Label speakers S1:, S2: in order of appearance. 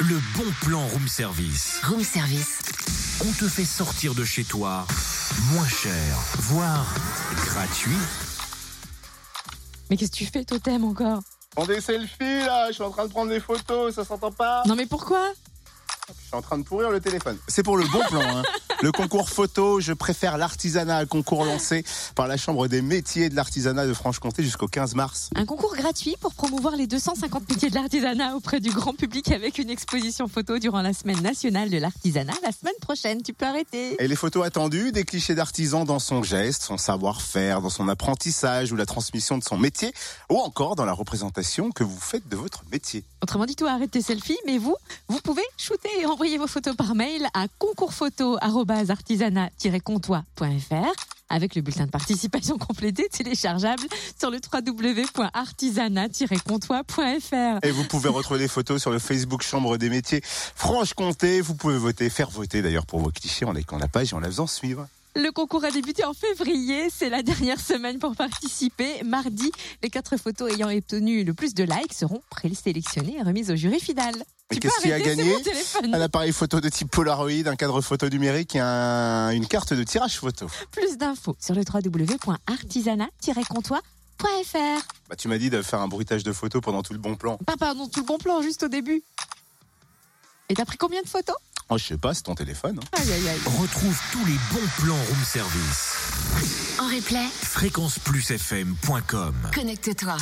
S1: Le bon plan room service.
S2: Room service.
S1: On te fait sortir de chez toi moins cher, voire gratuit.
S3: Mais qu'est-ce que tu fais, totem, encore
S4: Prends des selfies là, je suis en train de prendre des photos, ça s'entend pas.
S3: Non mais pourquoi
S4: Je suis en train de pourrir le téléphone. C'est pour le bon plan. hein. Le concours photo, je préfère l'artisanat, concours lancé par la Chambre des métiers de l'artisanat de Franche-Comté jusqu'au 15 mars.
S3: Un concours gratuit pour promouvoir les 250 métiers de l'artisanat auprès du grand public avec une exposition photo durant la semaine nationale de l'artisanat la semaine prochaine. Tu peux arrêter.
S4: Et les photos attendues, des clichés d'artisan dans son geste, son savoir-faire, dans son apprentissage ou la transmission de son métier, ou encore dans la représentation que vous faites de votre métier.
S3: Autrement dit, toi, arrête tes selfies, mais vous, vous pouvez shooter et envoyer vos photos par mail à concoursphoto-artisanat-comtois.fr avec le bulletin de participation complété téléchargeable sur le www.artisanat-comtois.fr.
S4: Et vous pouvez retrouver les photos sur le Facebook Chambre des métiers Franche-Comté. Vous pouvez voter, faire voter d'ailleurs pour vos clichés en likant la page et en la faisant suivre.
S3: Le concours a débuté en février, c'est la dernière semaine pour participer. Mardi, les quatre photos ayant obtenu le plus de likes seront présélectionnées et remises au jury final.
S4: Mais
S3: Tu peux
S4: qu'est-ce qu'il y a
S3: arrêter, c'est
S4: gagné
S3: mon téléphone.
S4: Un appareil photo de type Polaroid, un cadre photo numérique et un- une carte de tirage photo.
S3: Plus d'infos sur le www.artisanat-comtois.fr.
S4: Bah, tu m'as dit de faire un bruitage de photos pendant tout le bon plan.
S3: Pas pardon, tout le bon plan, juste au début. Et t'as pris combien de photos
S4: Oh, je sais pas, c'est ton téléphone. hein.
S3: Aïe aïe aïe.
S1: Retrouve tous les bons plans room service.
S2: En replay,
S1: Fréquenceplusfm.com.
S2: connecte-toi.